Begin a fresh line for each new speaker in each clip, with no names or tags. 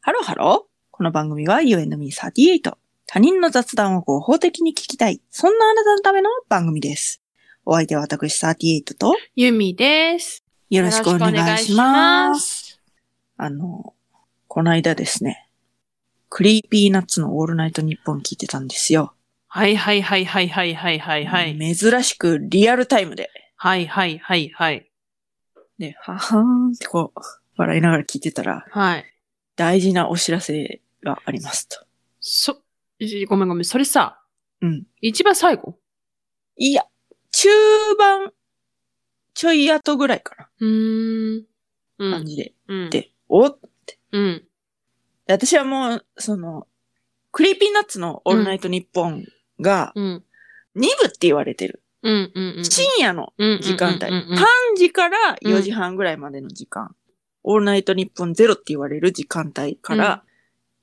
ハローハロー。この番組は UNME38。他人の雑談を合法的に聞きたい。そんなあなたのための番組です。お相手は私38と
ゆみです。
よろしくお願いしま。
よろしくお願いします
あの、この間ですね、クリーピーナッツのオールナイトニッポン聞いてたんですよ。
はいはいはいはいはいはいはいはい。
珍しくリアルタイムで。
はいはいはいはい。
で、ははーんってこう、笑いながら聞いてたら、
はい。
大事なお知らせがありますと。
そ、いごめんごめん。それさ、
うん。
一番最後
いや、中盤、ちょい後ぐらいか
うーん。う
な、感
ん。
じで。
うん。
で、おで
うん。
私はもう、その、クリーピーナッツのオールナイトニッポンが、
うん。
2部って言われてる。
うん。うん。うん。
深夜の
うん
時間帯。
うんうんうん
3時から4時半ぐらいまでの時間。オールナイトニッポンゼロって言われる時間帯から、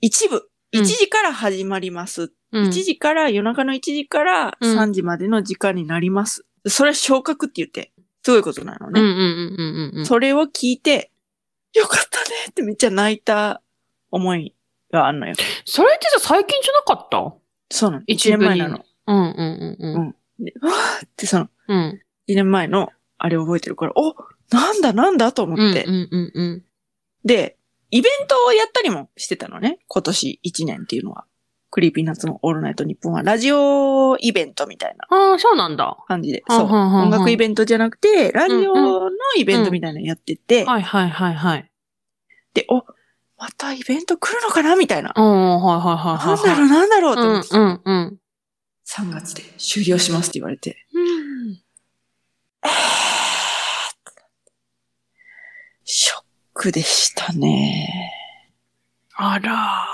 一部、
うん
1時から始まります。
うん。
1時から、夜中の1時から
うん
3時までの時間になります。それは昇格って言って、すごいことなの
うん。う
ね。
ん。うんうん。うん。
それを聞いて、よかったねってめっちゃ泣いた思いがあんのよ。
それってさ、最近じゃなかった
そうなの。
一
1
部
年
に
前なの。
うんうんうんうん。
で、わーってその、
うん。
1年前の、あれ覚えてるから、おなんだなんだと思
うん。
って、
うんうんうん。
で、イベントをやったりもしてたのね。今年1年っていうのは。クリーピーナッツのオールナイトニッポンは、ラジオイベントみたいな
ああ、そうなんだ。は
感じで。
うん
そう。
うんうんうん
音楽イベントじゃなくて、ラジオのイベントみたいなのやってて、
いはいはいはい。
で、お、またイベント来るのかなみたいな。
うん、はいはいはいはい
な
はい。
んだろう、なんだろうと思って、
うんうん
3月で終了しますって言われて。
うん。
ショックでしたね。
あら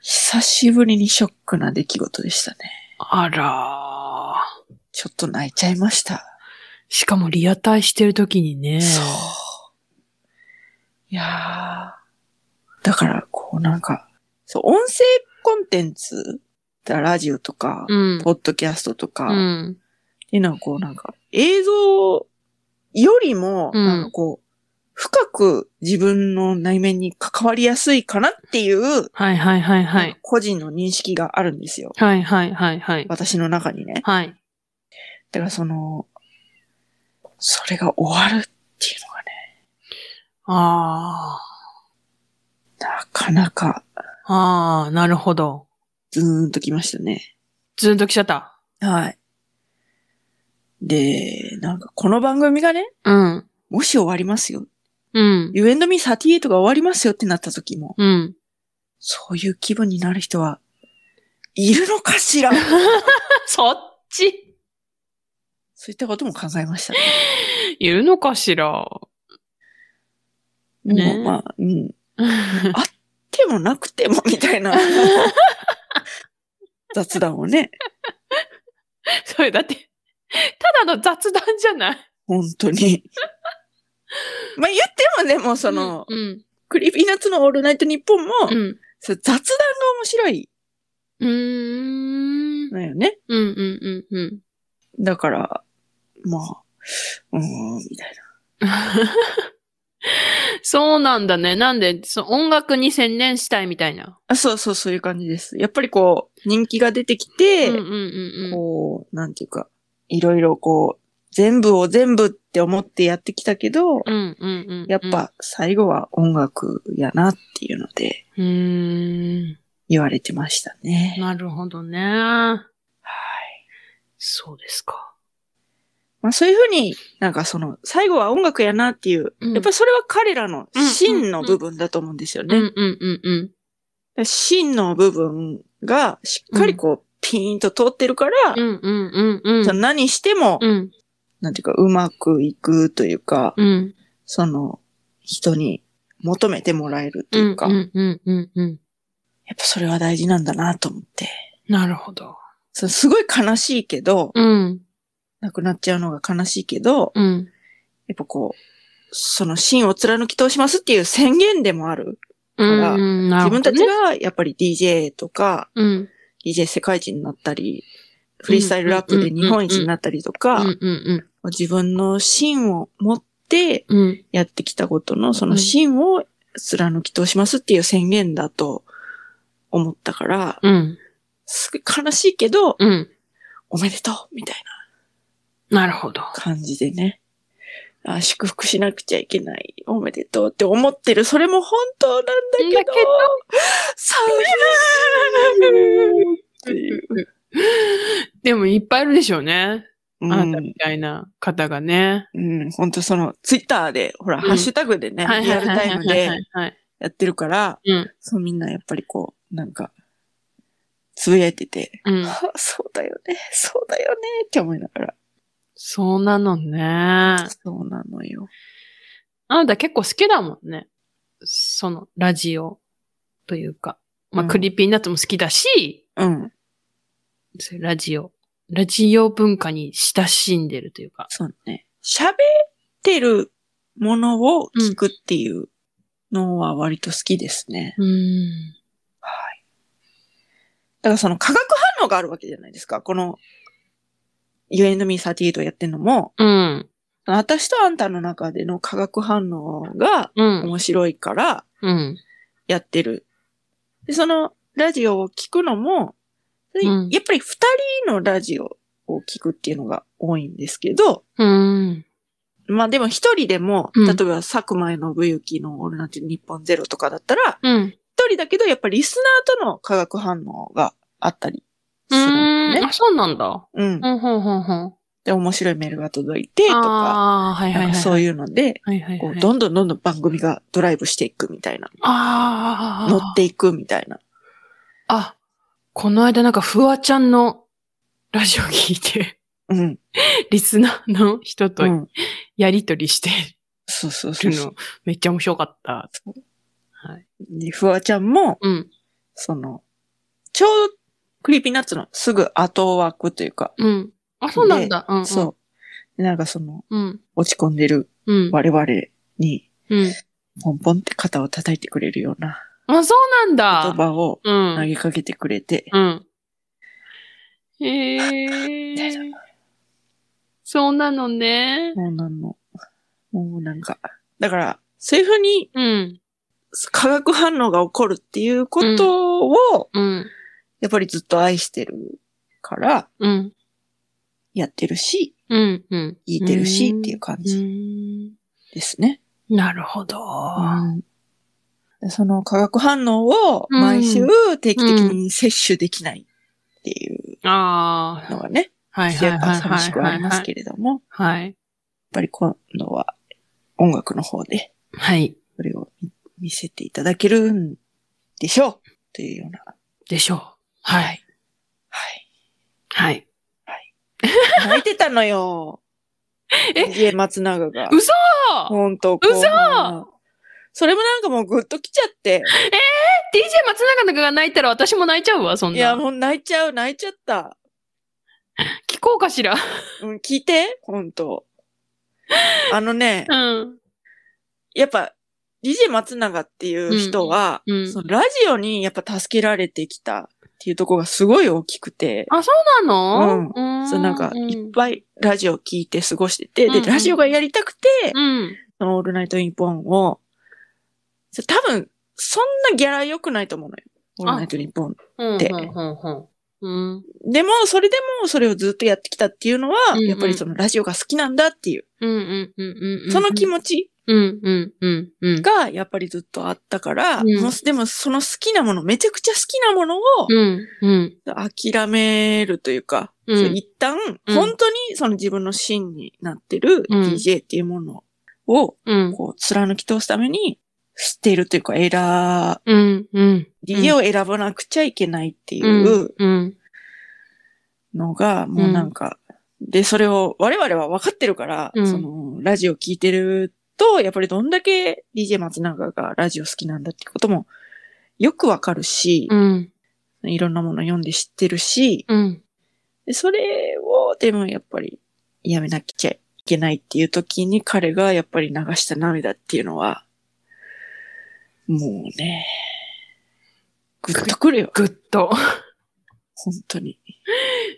久しぶりにショックな出来事でしたね。
ー、あらー。
ちょっと泣いちゃいました。
しかもリアタイしてる時にね。
そう。いやーだから、こうなんか、そう、音声コンテンツ、だラジオとか、
うん。
ポッドキャストとか、
う
っ
ん。
ていうのはこうなんか、映像よりも、
うん
なんかこう、深く自分の内面に関わりやすいかなっていう、
はいはいはいは
なん
い
か。個人の認識があるんですよ。
はいはいはいはい。
私の中にね。
はい。
だからその、それが終わるっていうのがね、
あ
なかなか、
あ。ああ、なるほど。
ズーンときましたね。
ずんときちゃった。
はい。で、なんかこの番組がね、
うん。
もし終わりますよ。
うん。
You and me38 が終わりますよってなった時も、
うん。
そういう気分になる人は、いるのか しら
そっち
そういったことも考えましたね。
いるのか しらね
もうまあ、うん。でもなくてもみたい な雑談をね、
それだって、ただの雑談じゃない
本当に。 まあ言ってもでもその、
うん。
クリーピーナッツのオールナイトニッポンも、
うん。
そう雑談が面白い
うん。うん。
のよね。
うんうんうんうん。
だから、まあ、うーん、みたいな。
そうなんだね。なんで、その音楽に専念したいみたいな。
あそうそう、そういう感じです。やっぱりこう、人気が出てきて、
うんうんうん
こう、なんていうか、いろいろこう、全部を全部って思ってやってきたけど、
うん。うんうんうんうん。
やっ。ぱ最後は音楽やなっていうので
うーん。
言われてましたね。
なるほどね。
はい。
そうですか。
まあそういうふうになんかその最後は音楽やなっていう、
うん
やっぱそれは彼らの真の部分だと思うんですよね。
うんうんうんうん。
芯の部分がしっかりこう、ピーンと通ってるから、
うんうんうんう
そ
ん。
の何しても、
うん
なんていうか、うまくいくというか、
うん。
その、人に求めてもらえると
う
い
ん
うか、
うんうんうんうん。
やっぱそれは大事なんだなと思って。
なるほど。
そうすごい悲しいけど、
うん
亡くなっちゃうのが悲しいけど、
うん。
やっぱこう、その芯を貫き通しますっていう宣言でもある。ら
うん
自
なるほ
分
ど
た
ね
ちがやっぱり DJ とか、
うん。
DJ 世界一になったり、フリースタイルラップで日本一になったりと
う
か、
んうん
自分の芯を持って
うん。うん。
やってきたことのその芯を貫き通しますっていう宣言だと思ったから、
うん。
すごい悲しいけど、
うん。
おめでとうみたいな
なるほど。
感じでね。あ祝福しなくちゃいけない。おめでとうって思ってる。それも本当なんだけど。
だけど
寂し いっていう。
でもいっぱいいるでしょうね。
う
あなたみ
ん、
たいな方がね。
うん、本当その、ツイッターで、ほら、
ん
ハッシュタグでね、リアルタイム
はい
で
はいはい。
やってるから、
うん。
そうみんなやっぱりこう、なんか、つぶやいてて、
うん。
あそうだよね、そうだよねって思いながら。
そうなのね。あ
そうなのよ。
なた結構好きだもんね。その、ラジオというか。まあ、
うん
クリーピーナッツも好きだし、
うん、
そういうラジオ。ラジオ文化に親しんでるというか。
そうね。喋ってるものを聞くっていうのは割と好きですね。
うん。
だからその化学反応があるわけじゃないですか。この、You and me38 やってるのも、
うん。
私とあんたの中での化学反応が
うん。
面白いから
うん。
やってる。で、そのラジオを聞くのも、で
うん
やっぱり二人のラジオを聞くっていうのが多いんですけど、
うん。
まあでも一人でも、
うん
例えば佐久間信之のオールナイト日本ゼロとかだったら、
うん。
一人だけどやっぱりリスナーとの化学反応があったりす
う
るん
ん。
ね。
あ、そうなんだ。
うん。
ほんほんほんほん。
で、面白いメールが届いてとか、
ああ、はいはい
なん
は
か
い。
そういうので、
はいはい
こ
は
う
い。
どんどんどんどん番組がドライブしていくみたいな。
ああ。
乗っていくみたいな。
あ、この間なんかフワちゃんのラジオ聞いて、
うん。
リスナーの人と
うん。
やりとりして
そうそうそう
る
そ
の、めっちゃ面白かった。はい。
う。で、フワちゃんも、
うん、
その、ちょうどクリーピーナッツのすぐ後枠というか、
うん。あ、そうなんだ。うん、うん。
そう。でなんかその、
うん。
落ち込んでる
うん。
我々に、
うん。
ポンポンって肩を叩いてくれるような
あ、そうなん
言
だ。
葉を
う
投
ん。
げかけてくれて、
うん。へえ
大丈。
そうなのね。
もうなんの、もうなんか、だから、そういうふうに
うん。
化学反応が起こるっていうことを、
うん。
やっぱりずっと愛してるから、
うん。
やってるし、
うん。うん。
聞いてるしっていう感じ
じ。
ですね。
なるほど。
でその化学反応を
うん
毎週定期的に摂取できないっていう
ああ。
のがね、
はいはい
やっ
はいは
ぱ寂
い
しくはあります
はい
けれども、やっ
はい。
ぱり今度は音楽の方で
はい。
それを見見せていただけるんでしょうというような。
でしょう。はい。
はい。
はい。
泣いてたのよ。
え
え松永が。
嘘
ほんと。
嘘
後半はそれもなんかもうグッときちゃって。
!DJ 松永が泣いたら私も泣いちゃうわ、そんな。
いや、もう泣いちゃう、泣いちゃった。
聞こうかしら。
うん、聞いて、ほんと。あのね、
うん。
やっぱ、DJ 松永っていう人は、
うんうん
そのラジオにやっぱ助けられてきたっていうところがすごい大きくて、
あ、そうなのう
そうなんかいっ
い。
ぱいラジオ聞いて過ごしてて、
うんうん
で、ラジオがやりたくて、
うん。
そのオールナイトニッポンを、そう多分、そんなギャラ良くないと思うのよ。オールナイトニッポン。
うん。
で
うんうんうんうん。
でも、それでもそれをずっとやってきたっていうのは、
うんうん
やっぱりそのラジオが好きなんだっていう、
うんうんうんうん。
その気
持
持ち
ち。うんうんうんうん。
がやっぱりずっとあったから、
うん
もうでもその好きなもの、めちゃくちゃ好きなものを
うんうん
諦めるというか、
うん
そう一旦、
うん
本当にその自分の芯になってる
うん
DJ っていうものを、
うん。
こう、貫き通すために、捨てるというか、選、
うんうん。
DJ を選ばなくちゃいけないってい
うん
う
うん。
のが、もうなんか、で、それを我々は分かってるから、
うん
その、ラジオ聞いてると、やっぱりどんだけ DJ 松永がラジオ好きなんだってことも、よくわかるし
う、ん
いろんなもの読んで知ってるし、
うん。
でそれを、でもやっぱり、やめなきゃいけないっていう時に、彼がやっぱり流した涙っていうのは、もうね、ぐっとくるよ、
ぐっと。
本当に。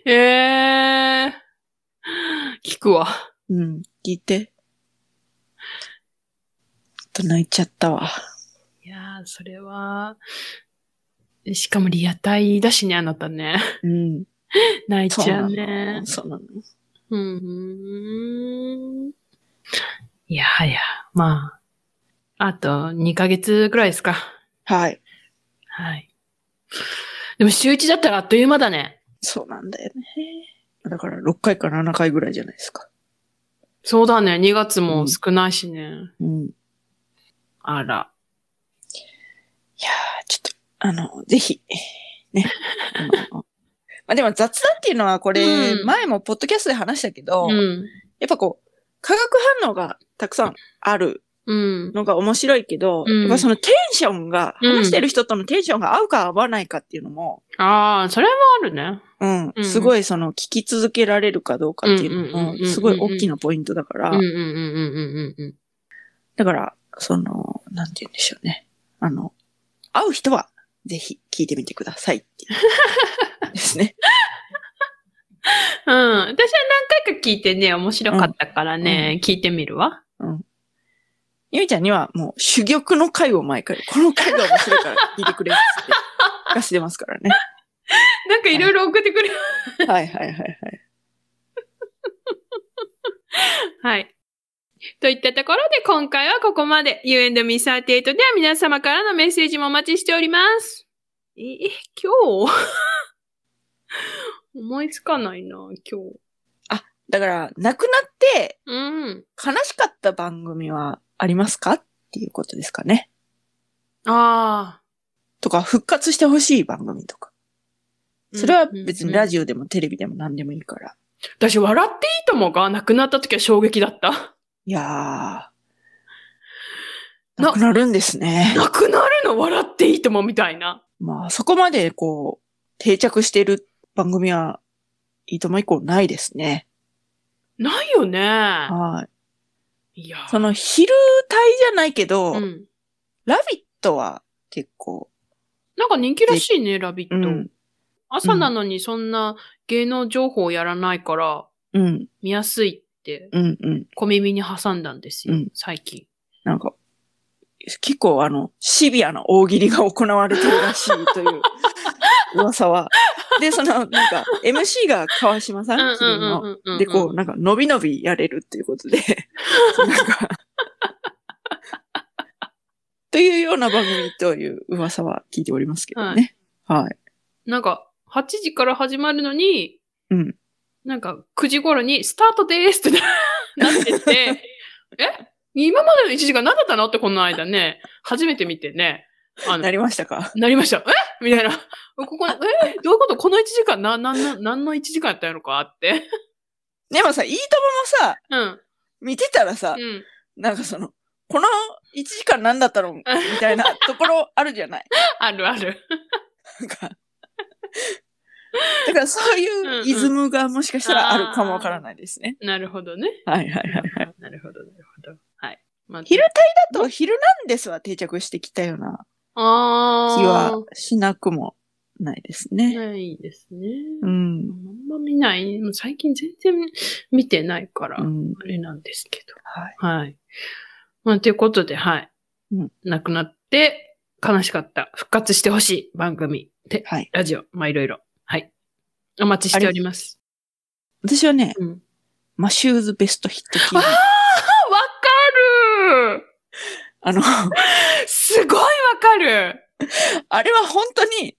ええ。聞くわ。
うん、聞いて。ちょっと泣いちゃったわ。
やー、それは、しかもリアタイだしね、あなたね。
うん。
泣い
そう
ちゃ
なの。
うね。
そうなの。
うん。いやはや、まあ、あと2ヶ月くらいですか。
はい。
はい。でも週1だったらあっという間だね。
そうなんだよね。だから6回か7回ぐらいじゃないですか。
そうだね。2月も少ないしね。
うん。い
あら。
やー、ちょっと、あの、ぜひ、ね。あのまあでも雑談っていうのはこれ、
うん
前もポッドキャストで話したけど、
うん。
やっぱこう、化学反応がたくさんある
うん。
のが面白いけど、
うん
やっぱそのテンションが、
うん
話してる人とのテンションが合うか合わないかっていうのも、
ああ、それはあるね。
うん、
うん
すごいその聞き続けられるかどうかっていう
うんうん
の
うんうん
も、
うん
すごい大きなポイントだか
うんう
ら
んう、んうんうんうん。
だから、その、なんて言うんでしょうね。あの、会う人は、ぜひ聞いてみてくださいっていうです ね。
うん。私は何回か聞いてね、面白かったからね、聞いてみるわ。
ゆいちゃんにはもう、珠玉の回を毎回、この回が面白いから聞いてくれっつって、聞かせてますから ね。
なんかいろいろ送ってくれ。
はいはいはいはい。
はい。といったところで今回はここまで。You and me38 では皆様からのメッセージもお待ちしております。え、え今日 思いつかないな、今日。
だから、亡くなって
うん。
悲しかった番組はありますかっていうことですかね。
ああ。
とか、復活してほしい番組とか。それは別にラ
ジ
ジオでもテレビでも何でもいいから。
オ。私、笑っていいともが亡くなった時は衝撃だった。
いやー。
な
亡くなるんですね。
亡くなるの笑っていいともみたいな。
まあ、そこまでこう、定着してる番組は、いいとも以降ないですね。
ないよね。
はい。
いや。
その、昼帯じゃないけど、
うん。
ラビットは結構、
なんか人気らしいね、ラビット。
うん、
朝なのにそんな芸能情報やらないから、
うん、
見やすいって
うん、うん。
小耳に挟んだんですよ、
うん
最近。
なんか、結構あの、シビアな大喜利が行われてるらしいという噂は。で、その、なん か、MC が川島さ
うん
ん、君
うん
の。
うんうんうん。
で、こう、なんか、のびのびやれるっていうこと で、なんか、というような番組という噂は聞いておりますけどね。はい。
なんか、8時から始まるのに、
うん
なんか、9時頃に、スタートでーすって なって て、え今までの1時間何だったのってこの間ね、初めて見てね、あの
な、りましたか
なりました。えみたいな。 ここ、えどういうことこの1時間、な、なんの、何の1時間やったんやろかって。
でもさ、いいとももさ、
うん。
見てたらさ
う、ん。
なんかその、この1時間何だったのみたい なところあるじゃない
あるある。
なんか。だからそう
ん
いううんイズムがもしかしたらあるかもわからないですね。
なるほどね。
はい はいはい。
なるほど、なるほど。はい。まあ
昼帯だとヒルナンデスは定着してきたような
あ
気
あ。
はしなくもないですね。
ないですね。
うん。
あんま見ない。もう最近全然見てないから、
うん。
あれなんですけど。
はい。
はい。まあ、ということで、はい。
うん
亡くなって、悲しかった。復活してほしい番組。て
はい。
ラジオ。まあ、いろいろ。はい。お待ちしております。
私はね、
うん。
マシューズベストヒットキー
ああわかる
あの、
すごいわかる
あれは本当に、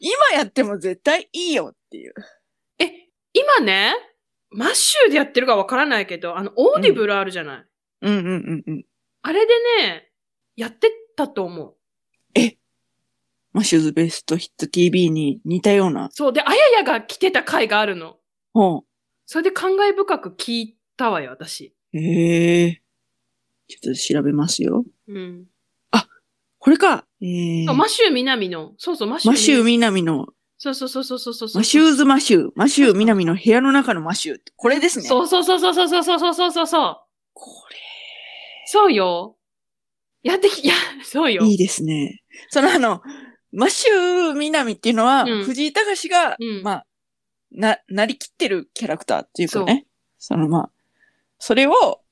今やっても絶対いいよっていう。
え、今ね、マッシューでやってるかわからないけど、あの、オーディブルあるじゃない。
うんうんうんうん。
あれでね、やってたと思う。
マシューズベストヒット TV に似たような。
そう。で、あややが来てた回があるの。
ほ
それで感慨深く聞いたわよ、私。
う。へえ。ちょっと調べますよ。
うん。
これか。えー、
そう、マシュー南の。そうそう、マシュー。
マシュー。南の、
そうそうそうそうそうそう。
マシューズマシュー、マシュー南の部屋の中のマシューって。これですね。
そうそうそうそうそうそうそうそうそうそう。
こ
そうよ。やってき、いや、そうよ。
れ、いいですね。そのあの、マシュー南っていうのは、
うん
藤井隆が、
うん
まあ、な、なりきってるキャラクターっていうかね。そのまあ、それを、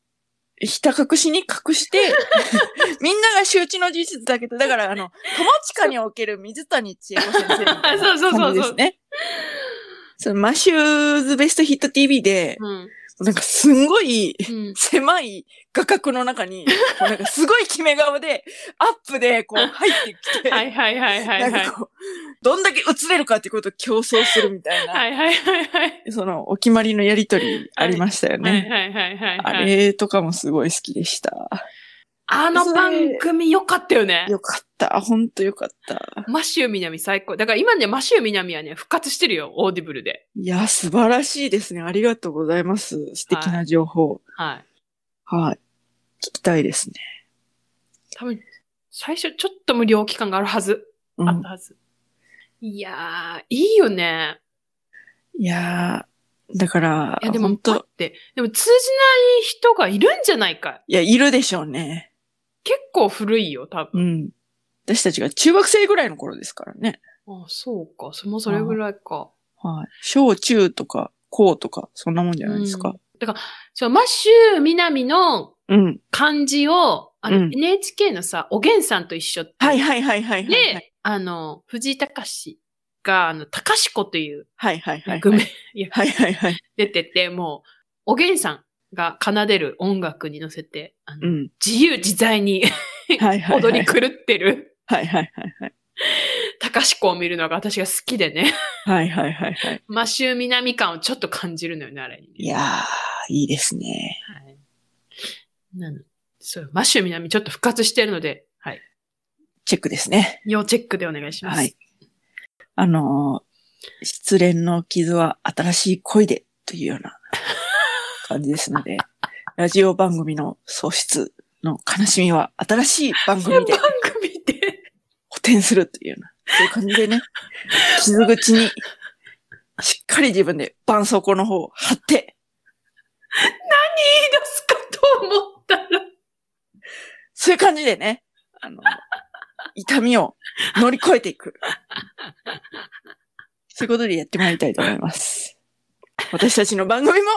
ひた隠しに隠 して、みんなが周知の事実だけど、だから、あの、友近における水谷千恵子先生みたいな
そうそうそうそう
感じですね。そのマシューズベストヒット TV で、
うん。
なんかすんごい
うん。
狭い画角の中に、こうなんかすごい決め顔で、アップでこう入ってきて、
はいはいはいはいは
ないん。かこう、どんだけ映れるかっていうことを競争するみたいな、
はいはいはいはい。
そのお決まりのやりとりありましたよね。
はいはいはいはい
あ
はい。
れとかもすごい好きでした。
あの番組良かったよね。
よかった。ほんとよかった。
マシュー南最高。だから今ね、マシュー南はね、復活してるよ、オーディブルで。
いや、素晴らしいですね。ありがとうございます。素敵な情報。
はい。
はい。聞きたいですね。
多分、最初ちょっと無料期間があるはず。
うん
あったはず。いやー、いいよね。
いやー、だから、
いや、でも、
ほん
だ
と、
って、でも通じない人がいるんじゃないか。
いや、いるでしょうね。
結構古いよ、多分。
うん。私たちが中学生ぐらいの頃ですからね。
あそうか。それもそれぐらいか。
はい。小中とか、高とか、そんなもんじゃないですか。
だから、そう、マッシュ、南の
うん。
漢字を、あの、
うん
NHK のさ、おげんさんと一緒って。
はいはいはいはいはい。
で、あの、藤井隆が、あの、隆子という
はいはいはい。
役名、
はいはいはい。
出てて、もう、おげんさんが奏でる音楽に乗せて、あ の
うん。
自由自在に
はいはいはい。
踊り狂ってる
はいはいはいはい。
隆子を見るのが私が好きでね、
はいはいはいはい。
マシュー南感をちょっと感じるのよね、あれにね。
いやー、いいですね。
はい。なの。そう、マシュー南ちょっと復活してるので、はい。
チェックですね。
要チェックでお願いします。
はい。あのー失恋の傷は新しい恋でというよう な感じですので、ラジオ番組の喪失の悲しみは新しい番組で
番組で、
補填するというような、そういう感じで ね、傷口にしっかり自分で絆創膏の方を貼って、
いいですかと思ったら、
そういう感じでね、あの、痛みを乗り越えていく。そういうことでやってまいりたいと思います。私たちの番組も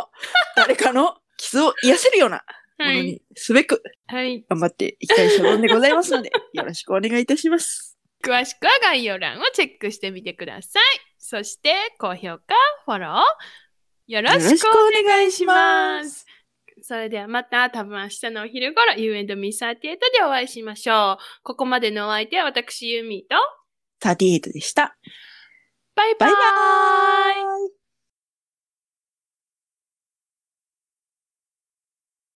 誰かの傷を癒せるようなものにすべく
はい。
頑張っていきたい所存でございますので、よろしくお願いいたします。
詳しくは概要欄をチェックしてみてください。そして、高評価、フォロー、よろしくお願い
お
し
願いし
ます。。それではまた、多分明日のお昼頃、You and Me38 でお会いしましょう。ここまでのお相手は私、ユーミーと、
38でした。
バイバ
バイバ
イ
ーイ